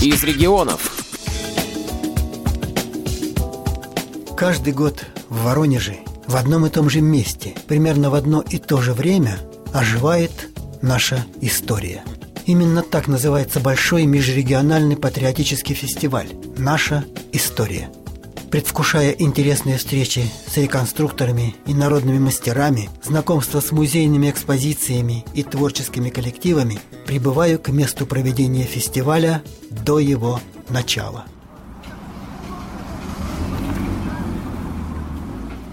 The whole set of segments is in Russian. из регионов. Каждый год в Воронеже в одном и том же месте, примерно в одно и то же время, оживает наша история. Именно так называется большой межрегиональный патриотический фестиваль «Наша история». Предвкушая интересные встречи с реконструкторами и народными мастерами, знакомство с музейными экспозициями и творческими коллективами, прибываю к месту проведения фестиваля до его начала.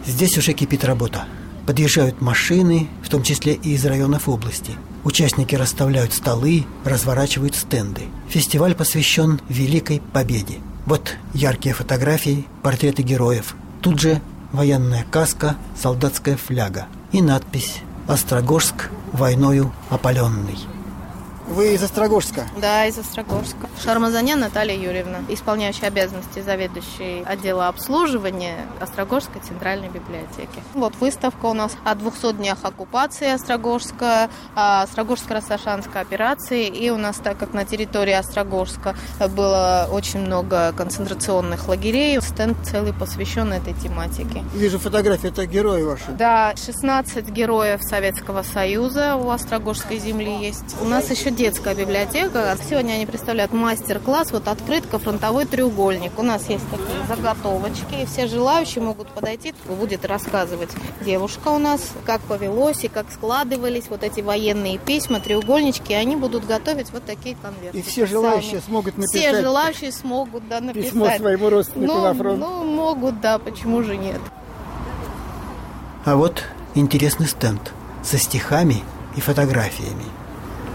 Здесь уже кипит работа. Подъезжают машины, в том числе и из районов области. Участники расставляют столы, разворачивают стенды. Фестиваль посвящен Великой Победе. Вот яркие фотографии, портреты героев. Тут же военная каска, солдатская фляга и надпись «Острогожск войною опаленный». Вы из Острогожска? Да, из Острогорска. Шармазаня Наталья Юрьевна, исполняющая обязанности заведующей отдела обслуживания Острогорской центральной библиотеки. Вот выставка у нас о 200 днях оккупации Острогорска, о Острогорско-Росташанской операции. И у нас, так как на территории Острогорска было очень много концентрационных лагерей, стенд целый посвящен этой тематике. Вижу фотографии, это герои ваши. Да, 16 героев Советского Союза у Острогорской земли есть. У нас еще детская библиотека. Сегодня они представляют мастер-класс, вот открытка «Фронтовой треугольник». У нас есть такие заготовочки, и все желающие могут подойти, будет рассказывать девушка у нас, как повелось и как складывались вот эти военные письма, треугольнички, и они будут готовить вот такие конверты. И все желающие Сами. смогут написать Все желающие смогут, да, написать. письмо своему родственнику ну, на фронт. ну, могут, да, почему же нет. А вот интересный стенд со стихами и фотографиями.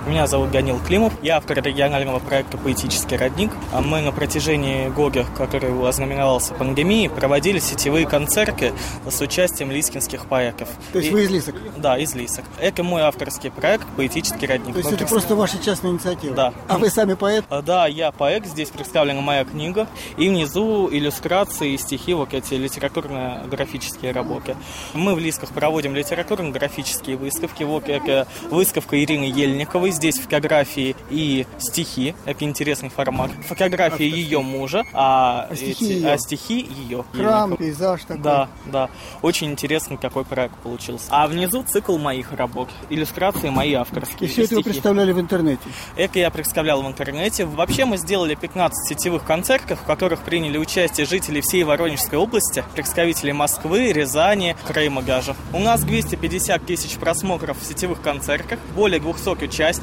Меня зовут Ганил Климов, я автор регионального проекта «Поэтический родник». А Мы на протяжении года, который ознаменовался пандемией, проводили сетевые концерты с участием лискинских поэтов. То есть И- вы из Лисок? Да, из Лисок. Это мой авторский проект «Поэтический родник». То есть Ну, это прис- просто ваша частная инициатива? Да. А вы сами поэт? А, Да, я поэт, здесь представлена моя книга, и внизу иллюстрации, стихи, вот эти литературно-графические работы. Мы в Лисках проводим литературно-графические выставки, вот это выставка Ирины Ельниковой, здесь фотографии и стихи, это интересный формат, фотографии ее мужа, а, А стихи эти- её? а стихи ее. Храм, пейзаж такой. Да, да. Очень интересный такой проект получился. А внизу цикл моих работ, иллюстрации мои авторские. И все это вы стихи. представляли в интернете. Это я представлял в интернете. Вообще мы сделали 15 сетевых концертов, в которых приняли участие жители всей Воронежской области, представители Москвы, Рязани, Крыма даже. У нас 250 тысяч просмотров в сетевых концертах, более 200 участников,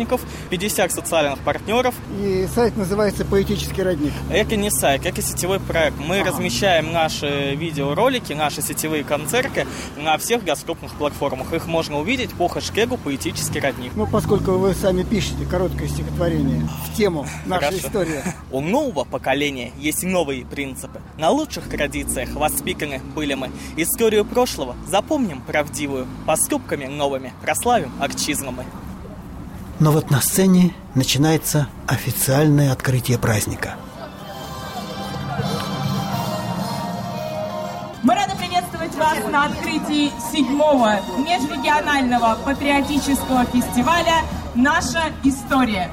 50 социальных партнеров. И сайт называется «Поэтический родник». Это не сайт, это сетевой проект. Мы размещаем наши видеоролики, наши сетевые концерты на всех доступных платформах. Их можно увидеть по хэштегу «Поэтический родник». Ну, поскольку вы сами пишете короткое стихотворение в тему «Наша Хорошо. история». У нового поколения есть новые принципы. На лучших традициях воспитаны были мы. Историю прошлого запомним правдивую, поступками новыми прославим отчизну мы. Но вот на сцене начинается официальное открытие праздника. Мы рады приветствовать вас на открытии седьмого межрегионального патриотического фестиваля «Наша история».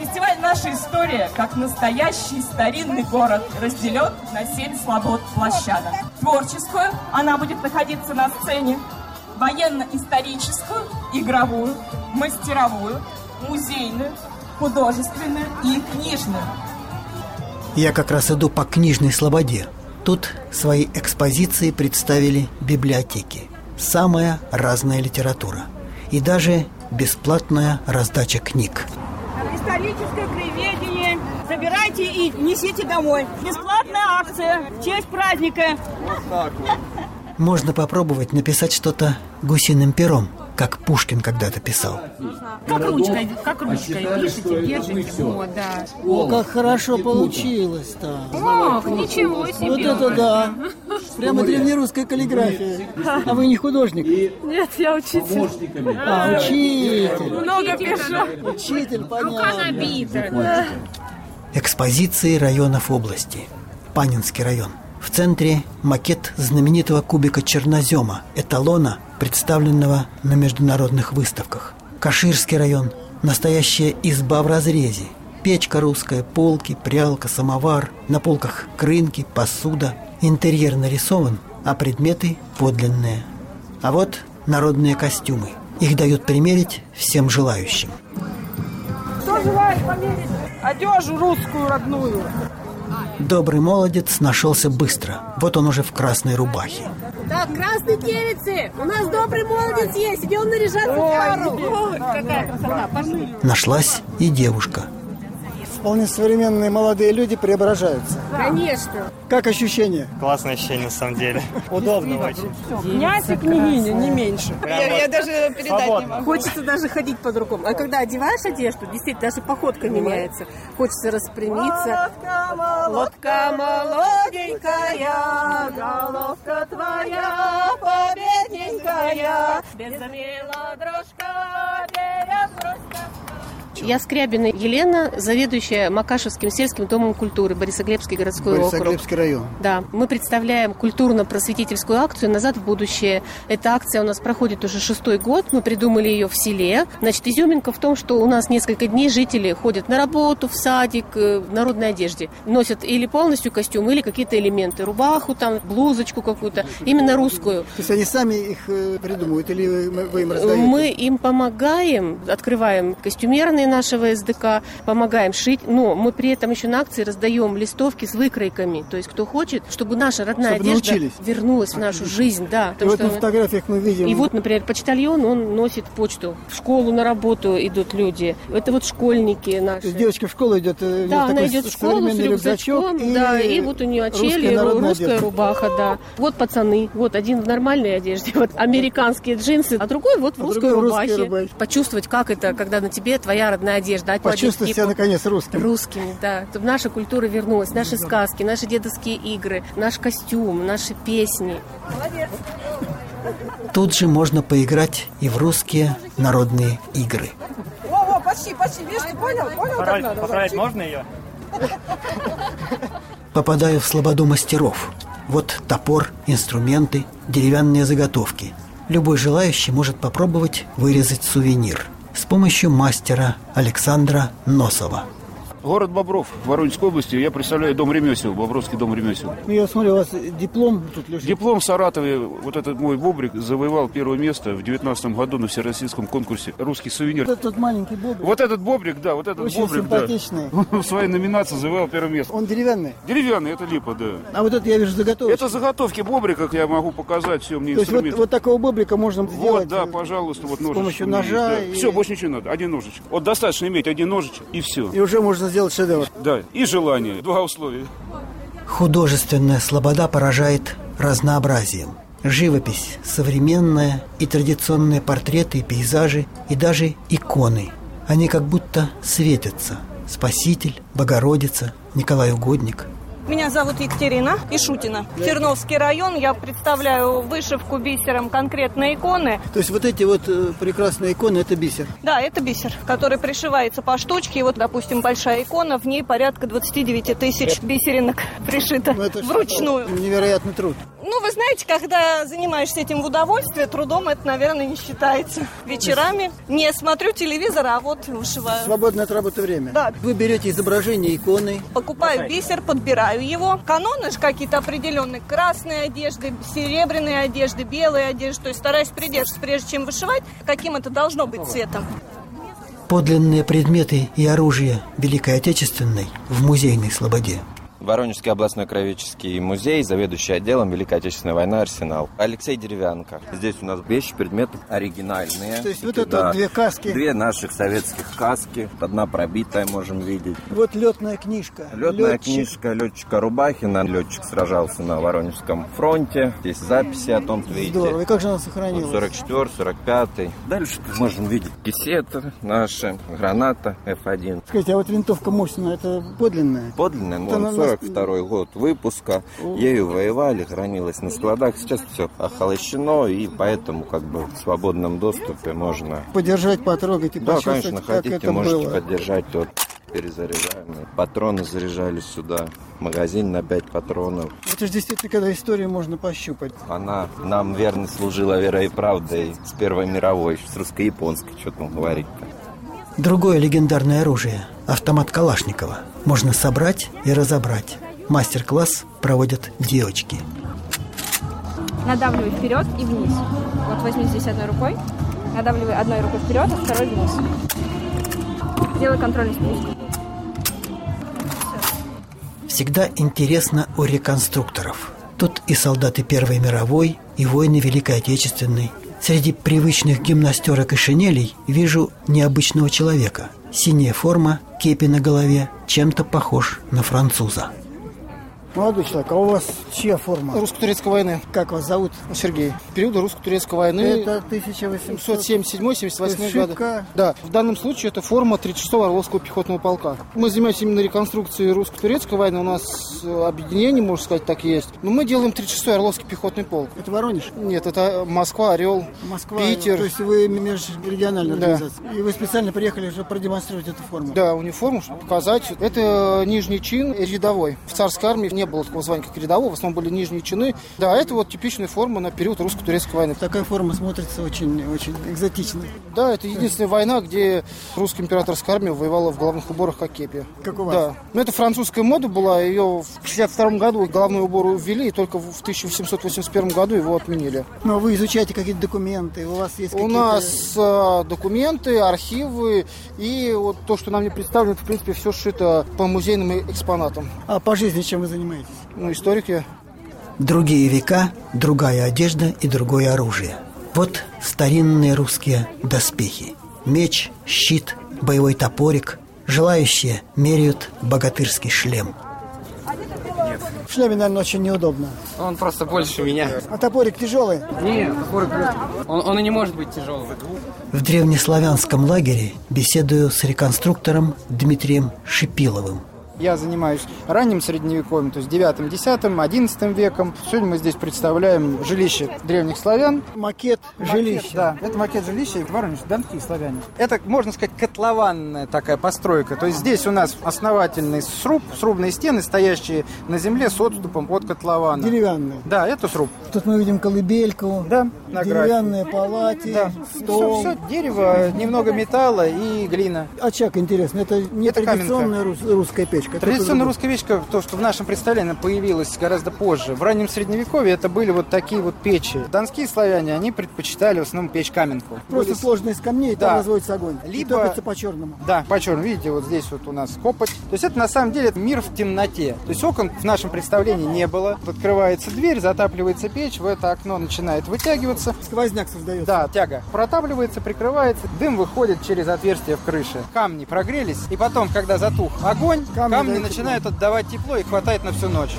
Фестиваль «Наша история», как настоящий старинный город, разделен на семь слобод площадок. Творческую, она будет находиться на сцене, военно-историческую, игровую, мастеровую, музейную, художественную и книжную. Я как раз иду по книжной слободе. Тут свои экспозиции представили библиотеки. Самая разная литература. И даже бесплатная раздача книг. Историческое краеведение. Собирайте и несите домой. Бесплатная акция в честь праздника. Можно попробовать написать что-то гусиным пером, как Пушкин когда-то писал. Как ручкой, как ручкой. Пишите, держите. О, да. О, как хорошо получилось-то. Ох, ничего себе. Вот это да. Прямо древнерусская каллиграфия. А вы не художник? Нет, я учитель. Ну. А, учитель. Много пишу. Учитель, Рука понятно. набита. Экспозиции районов области. Панинский район. В центре макет знаменитого кубика чернозема, эталона, представленного на международных выставках. Каширский район. Настоящая изба в разрезе. Печка русская, полки, прялка, самовар, на полках крынки, посуда. Интерьер нарисован, а предметы подлинные. А вот народные костюмы. Их дают примерить всем желающим. Кто желает померить одежу русскую родную? Добрый молодец нашелся быстро. Вот он уже в красной рубахе. Так, красные телицы! У нас добрый молодец есть, где он наряжаться в пару. какая красота, пошли. Нашлась и девушка. Вполне современные молодые люди преображаются. Конечно. Как ощущение? Классное ощущение, на самом деле. Удобно очень. Князь и княгиня, не меньше. Я, даже передать не могу. Хочется даже ходить по-другому. А когда одеваешь одежду, действительно, даже походка меняется. Хочется распрямиться. Лодка молоденькая, головка твоя победненькая. Без дрожка, Я Скрябина Елена, заведующая Макашевским сельским домом культуры, Борисоглебский городской округ. Борисоглебский район. Да, мы представляем культурно-просветительскую акцию «Назад в будущее». Эта акция у нас проходит уже шестой год, мы придумали ее в селе. Значит, изюминка в том, что у нас несколько дней жители ходят на работу, в садик, э, в народной одежде. Носят или полностью костюм, или какие-то элементы, рубаху, там, блузочку какую-то, именно русскую. То есть они сами их э, придумывают или вы вы им раздаете? Мы им помогаем, открываем костюмерные нашего СДК, помогаем шить, но мы при этом еще на акции раздаем листовки с выкройками. То есть кто хочет, чтобы наша родная Чтобы одежда научились. вернулась в нашу жизнь, да. И потому вот что- на фотографиях мы видим. и вот, например, почтальон, он носит почту. В школу, на работу идут люди. Это вот школьники То есть наши. девочка в школу идет, э, у Да, нее она такой идет в с- школу с современный рюкзачком, рюкзачок да, и вот у нее русская очели, народная русская одежда. рубаха, да. Вот пацаны, вот один в нормальной одежде, вот американские джинсы, а другой вот в А русской другой в русской рубахе. рубахе. Почувствовать, как это, когда на тебе твоя родная одежда. отнюдь Почувствовать не себя наконец русским. русскими, да. Чтобы наша культура вернулась, наши сказки, наши дедовские игры, наш костюм, наши песни. Тут же можно поиграть и в русские народные игры. Во, во, почти, почти, видишь, ты понял, понял, как Поправить, надо? поправить можно ее? Попадаю в слободу мастеров. Вот топор, инструменты, деревянные заготовки. Любой желающий может попробовать вырезать сувенир с помощью мастера Александра Носова. Город Бобров, Воронежской области. Я представляю дом Ремесел, Бобровский дом Ремесел. Ну, Я смотрю, у вас диплом тут лежит. Диплом в Саратове, вот этот мой бобрик, завоевал первое место в 19 году на всероссийском конкурсе «Русский сувенир». Вот этот маленький бобрик. Вот этот бобрик, да, вот этот Очень бобрик, да. симпатичный. В своей номинации завоевал первое место. Он деревянный. Деревянный, это липа, да. А вот это я вижу заготовочку. Это заготовки бобрика, я могу показать, все мне То есть вот, инструменты. вот такого бобрика можно сделать. Вот, да, э, пожалуйста, вот с ножичек. помощью у меня есть, ножа да. и- Все, больше ничего не надо, один ножичек. Вот достаточно иметь один ножичек, и все. И уже можно сделать шедевр. Да, и желание, два условия. Художественная слобода поражает разнообразием. Живопись современная и традиционные портреты и пейзажи, и даже иконы. Они как будто светятся. Спаситель, Богородица, Николай Угодник. Меня зовут Екатерина Ишутина. Терновский район. Я представляю вышивку бисером конкретно иконы. То есть вот эти вот э, прекрасные иконы, это бисер. Да, это бисер, который пришивается по штучке. И вот, допустим, большая икона, в ней порядка 29 тысяч бисеринок пришито Ну, это ж вручную. Невероятный труд. Ну, вы знаете, когда занимаешься этим в удовольствие, трудом это, наверное, не считается. Вечерами не смотрю телевизор, а вот вышиваю. Свободное от работы время. Да. Вы берете изображение иконы, Покупаю бисер, подбираю его. Каноны же какие-то определенные. Красные одежды, серебряные одежды, белые одежды. То есть стараюсь придерживаться, прежде чем вышивать, каким это должно быть цветом. Подлинные предметы и оружие Великой Отечественной в музейной слободе. Воронежский областной кровеческий музей, заведующий отделом Великой Отечественной войны «Арсенал». Алексей Деревянко. Здесь у нас вещи, предметы оригинальные. То есть вот Такие, это вот две каски. Две наших советских каски. Одна пробитая, можем видеть. вот летная книжка. Летная Лётчик. книжка летчика Рубахина. Летчик сражался на Воронежском фронте. Здесь записи о том, что видите. Здорово. И как же она Вот сохранилась? 44, 45. Дальше можем видеть кисеты наши, граната F1. Скажите, а вот винтовка Мосина, это подлинная? Подлинная, Это вон, на- 42 год выпуска. Ею воевали, хранилась на складах. Сейчас все охолощено, и поэтому как бы в свободном доступе можно... Подержать, потрогать и Да, почувствовать, конечно, как хотите, это можете было. поддержать. Вот перезаряжаемые. Патроны заряжались сюда. Магазин на 5 патронов. Это же действительно, когда историю можно пощупать. Она нам верно служила верой и правдой с Первой мировой, с русско-японской, что там говорить-то. Другое легендарное оружие – автомат Калашникова. Можно собрать и разобрать. Мастер-класс проводят девочки. Надавливай вперед и вниз. Вот возьми здесь одной рукой. Надавливай одной рукой вперед, а второй вниз. Делай контрольный спуск. Всегда интересно у реконструкторов. Тут и солдаты Первой мировой, и войны Великой Отечественной. Среди привычных гимнастерок и шинелей вижу необычного человека. Синяя форма, кепи на голове, чем-то похож на француза. Молодой человек, а у вас чья форма? Русско-турецкой войны. Как вас зовут? Сергей. Период русско-турецкой войны. Это 1877-78 года. Да, в данном случае это форма 36-го Орловского пехотного полка. Мы занимаемся именно реконструкцией русско-турецкой войны. У нас э, объединение, можно сказать, так есть. Но мы делаем 36-й Орловский пехотный полк. Это Воронеж? Нет, это Москва, Орел, Москва, Питер. То есть вы межрегиональная организация. Да. И вы специально приехали, чтобы продемонстрировать эту форму? Да, униформу, чтобы показать. Это нижний чин рядовой. В царской армии не было такого звания, как рядового. В основном были нижние чины. Да, это вот типичная форма на период русско-турецкой войны. Такая форма смотрится очень, очень экзотично. Да, это единственная война, где русская императорская армия воевала в головных уборах как кепи. Как у вас? Да. Но это французская мода была. Ее в 1962 году головной убор ввели, и только в 1881 году его отменили. Но Ну, а вы изучаете какие-то документы? У вас есть У нас э, документы, архивы, и вот то, что нам не представлено, это, в принципе, все сшито по музейным экспонатам. А по жизни чем вы занимаетесь? Ну, историк я. Другие века, другая одежда и другое оружие. Вот старинные русские доспехи. Меч, щит, боевой топорик. Желающие меряют богатырский шлем. В шлеме, наверное, очень неудобно. Он просто больше меня. А топорик тяжелый? Нет, топорик он, он и не может быть тяжелым. В древнеславянском лагере беседую с реконструктором Дмитрием Шипиловым. Я занимаюсь ранним средневековьем, то есть 9, 10, 11 веком. Сегодня мы здесь представляем жилище древних славян. Макет, макет жилища. Да, это макет жилища в Воронеже, донские славяне. Это, можно сказать, котлованная такая постройка. То есть здесь у нас основательный сруб, срубные стены, стоящие на земле с отступом от котлована. Деревянные. Да, это сруб. Тут мы видим колыбельку, да, деревянные палати, да. стол. Все, все дерево, немного металла и глина. Очаг интересно, это не это традиционная рус, русская печь печка. Традиционная русская печка, то, что в нашем представлении появилась гораздо позже. В раннем средневековье это были вот такие вот печи. Донские славяне, они предпочитали в основном печь каменку. Просто были... сложные из камней, да. там разводится огонь. Либо... И топится по-черному. Да, по-черному. Видите, вот здесь вот у нас копоть. То есть это на самом деле мир в темноте. То есть окон в нашем представлении не было. Открывается дверь, затапливается печь, в это окно начинает вытягиваться. Сквозняк создается. Да, тяга. Протапливается, прикрывается, дым выходит через отверстие в крыше. Камни прогрелись, и потом, когда затух огонь, камни, камни начинают тепло. отдавать тепло и хватает на всю ночь.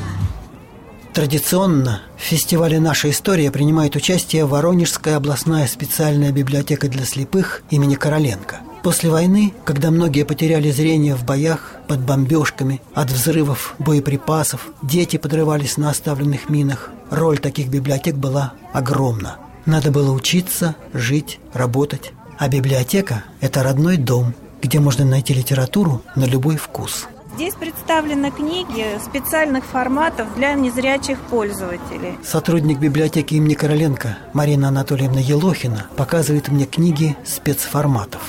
Традиционно в фестивале «Наша история» принимает участие Воронежская областная специальная библиотека для слепых имени Короленко. После войны, когда многие потеряли зрение в боях, под бомбежками, от взрывов боеприпасов, дети подрывались на оставленных минах, роль таких библиотек была огромна. Надо было учиться, жить, работать. А библиотека – это родной дом, где можно найти литературу на любой вкус – Здесь представлены книги специальных форматов для незрячих пользователей. Сотрудник библиотеки имени Короленко Марина Анатольевна Елохина показывает мне книги спецформатов.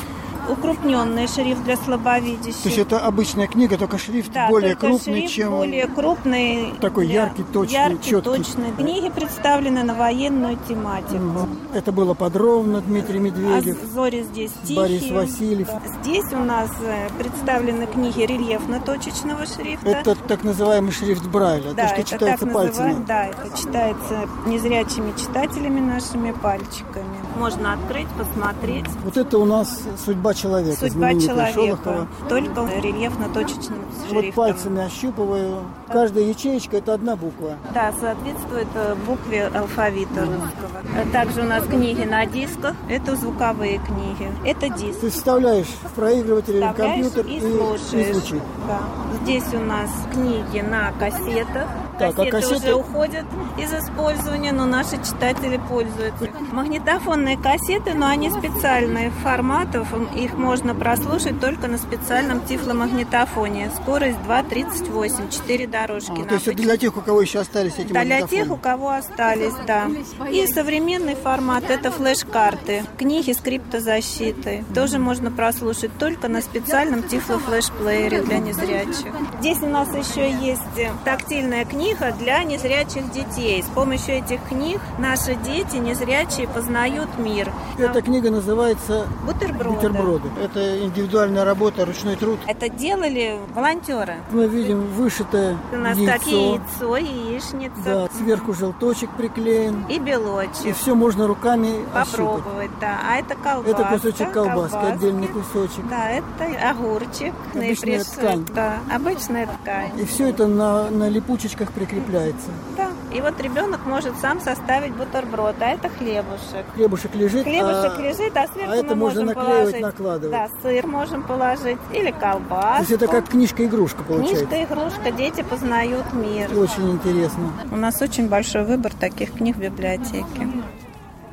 Укрупненный шрифт для слабовидящих. То есть это обычная книга, только шрифт да, более только крупный, шрифт чем... более крупный. Такой для... яркий, точный, яркий, четкий. точный. Книги представлены на военную тематику. Угу. Это было подробно, Дмитрий Медведев. А зори здесь тихие. Борис Васильев. Здесь у нас э, представлены книги рельефно-точечного шрифта. Это так называемый шрифт Брайля, да, то, что это читается так пальцами. Называем, да, это читается незрячими читателями нашими пальчиками. Можно открыть, посмотреть. Вот это у нас судьба человека. Судьба человека. Шолохова. Только рельефно-точечным шрифтом. Вот пальцами ощупываю. Каждая ячеечка – это одна буква. Да, соответствует э, букве алфавита русского. Также у нас книги на дисках. Это звуковые книги. Это диск. Ты вставляешь в проигрыватель или А компьютер ну, и, слушаешь. и, и звучит. Да. Здесь у нас книги на кассетах. Так, а Кассеты, уже уходят из использования, но наши читатели пользуются. Магнитофонные кассеты, но они специальные форматов. Их можно прослушать только на специальном тифломагнитофоне. Скорость 2,38, 4 дорожки. А, на то есть это для тех, у кого еще остались эти да, для магнитофоны. тех, у кого остались, да. И современный формат – это флеш-карты, книги с криптозащитой. Тоже можно прослушать только на специальном тифло-флеш-плеере для незрячих. Здесь у нас еще есть тактильная книга для незрячих детей. С помощью этих книг наши дети, незрячие, познают мир. Эта книга называется «Бутерброды». «Бутерброды». Это индивидуальная работа, ручной труд. Это делали волонтеры. Мы видим вышитое У нас яйцо. как яйцо, яичница. Да, сверху желточек приклеен. И белочек. И все можно руками ощупать. Попробовать, да. А это колбаска. Это кусочек колбаски, отдельный кусочек. Да, это огурчик. Обычная наипресс- ткань. Да, обычная ткань. И все это на, на липучечках прикрепляется. Да. И вот ребенок может сам составить бутерброд, а это хлебушек. Хлебушек лежит. Хлебушек а- лежит, а сверху а это мы можно можем наклеивать, положить. накладывать. Да, сыр можем положить или колбаску. То есть это как книжка-игрушка получается. Книжка, игрушка, дети познают мир. Очень интересно. У нас очень большой выбор таких книг в библиотеке.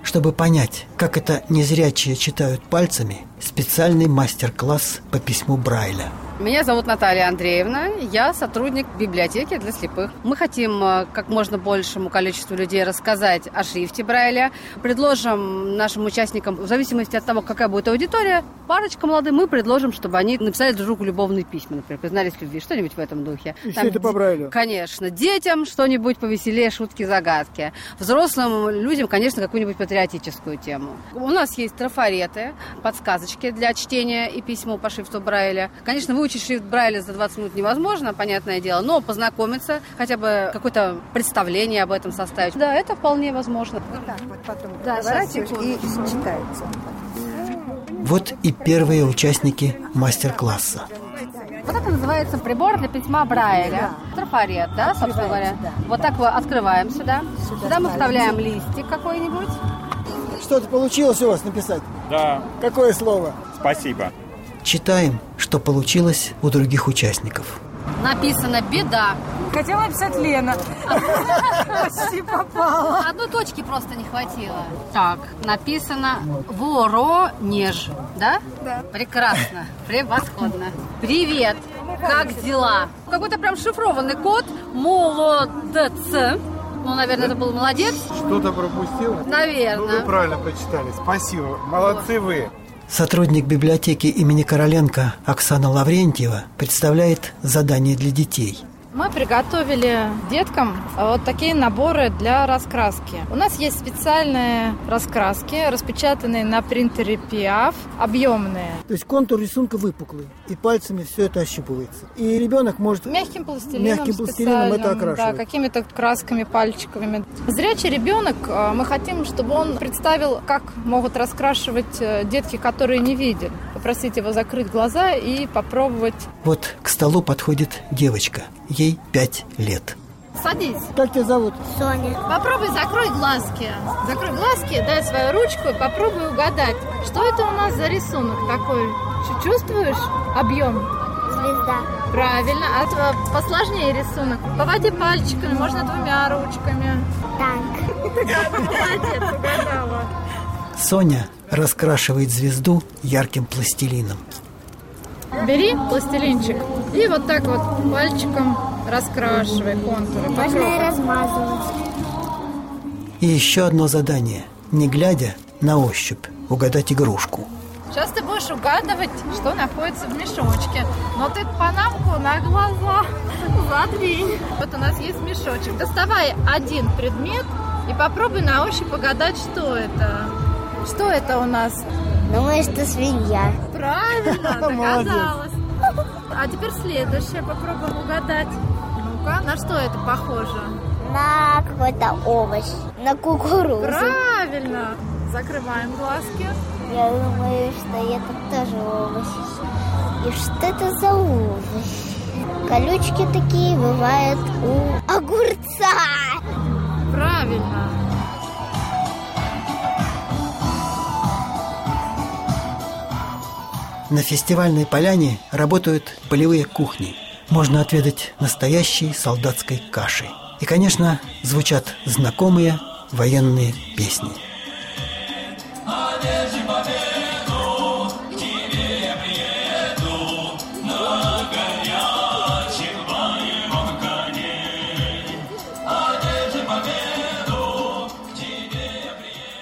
Чтобы понять, как это незрячие читают пальцами, специальный мастер-класс по письму Брайля. Меня зовут Наталья Андреевна, я сотрудник библиотеки для слепых. Мы хотим э, как можно большему количеству людей рассказать о шрифте Брайля. Предложим нашим участникам, в зависимости от того, какая будет аудитория, парочка молодым, мы предложим, чтобы они написали друг другу любовные письма, например, признались в любви, что-нибудь в этом духе. И всё Там это по Брайлю? Конечно. Детям что-нибудь повеселее, шутки, загадки. Взрослым людям, конечно, какую-нибудь патриотическую тему. У нас есть трафареты, подсказочки для чтения и письма по шрифту Брайля. Конечно, выучить шрифт Брайля за 20 минут невозможно, понятное дело, но познакомиться, хотя бы какое-то представление об этом составить. Да, это вполне возможно. Да, за секунду. Вот и первые участники мастер-класса. Вот это называется прибор для письма Брайля. Трафарет, да, собственно говоря. Вот так вот открываем сюда. Сюда мы вставляем листик какой-нибудь. Что-то получилось у вас написать? Да. Какое слово? Спасибо. Читаем, что получилось у других участников. Написано «Беда». Хотела написать Лена. Почти попала. Одной точки просто не хватило. Так, написано «Воронеж». Да? Да. Прекрасно. Превосходно. Привет. Как дела? Какой-то прям шифрованный код. Молодец. Ну, наверное, это был молодец. Что-то пропустил? Наверно. Ну, вы правильно прочитали. Спасибо. Молодцы вы. Сотрудник библиотеки имени Короленко Оксана Лаврентьева представляет задание для детей. Мы приготовили деткам а, вот такие наборы для раскраски. У нас есть специальные раскраски, распечатанные на принтере PIAF, объемные. То есть контур рисунка выпуклый, и пальцами все это ощупывается. И ребенок может... Мягким пластилином, Мягким пластилином это специальным, окрашивают. Да, какими-то красками пальчиковыми. Зрячий ребенок, э, мы хотим, чтобы он представил, как могут раскрашивать э, детки, которые не видят. Попросить его закрыть глаза и попробовать. Вот к столу подходит девочка. Ей пять лет. Садись. Как тебя зовут? Соня. Попробуй закрой глазки. Закрой глазки, дай свою ручку и попробуй угадать, что это у нас за рисунок такой. Чу- Чувствуешь объем? Звезда. Правильно. А то посложнее рисунок. Поводи пальчиками, можно двумя ручками. Танк. Молодец, угадала. Соня раскрашивает звезду ярким пластилином. Бери пластилинчик и вот так вот пальчиком раскрашивай контуры. Можно размазывать. И еще одно задание. Не глядя, на ощупь угадать игрушку. Сейчас ты будешь угадывать, что находится в мешочке. Но ты панамку на глаза задвинь. Вот у нас есть мешочек. Доставай один предмет и попробуй на ощупь угадать, что это. Что это у нас? Думаю, что свинья. Правильно, Молодец. догадалась. А теперь следующее попробуем угадать. Ну-ка, на что это похоже? На какой-то овощ. На кукурузу. Правильно. Закрываем глазки. Я думаю, что это тоже овощ. И что это за овощ? Колючки такие бывают у огурца. Правильно. На фестивальной поляне работают полевые кухни. Можно отведать настоящей солдатской каши. И, конечно, звучат знакомые военные песни.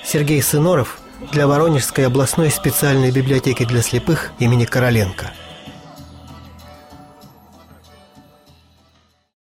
Сергей Сыноров для Воронежской областной специальной библиотеки для слепых имени Короленко –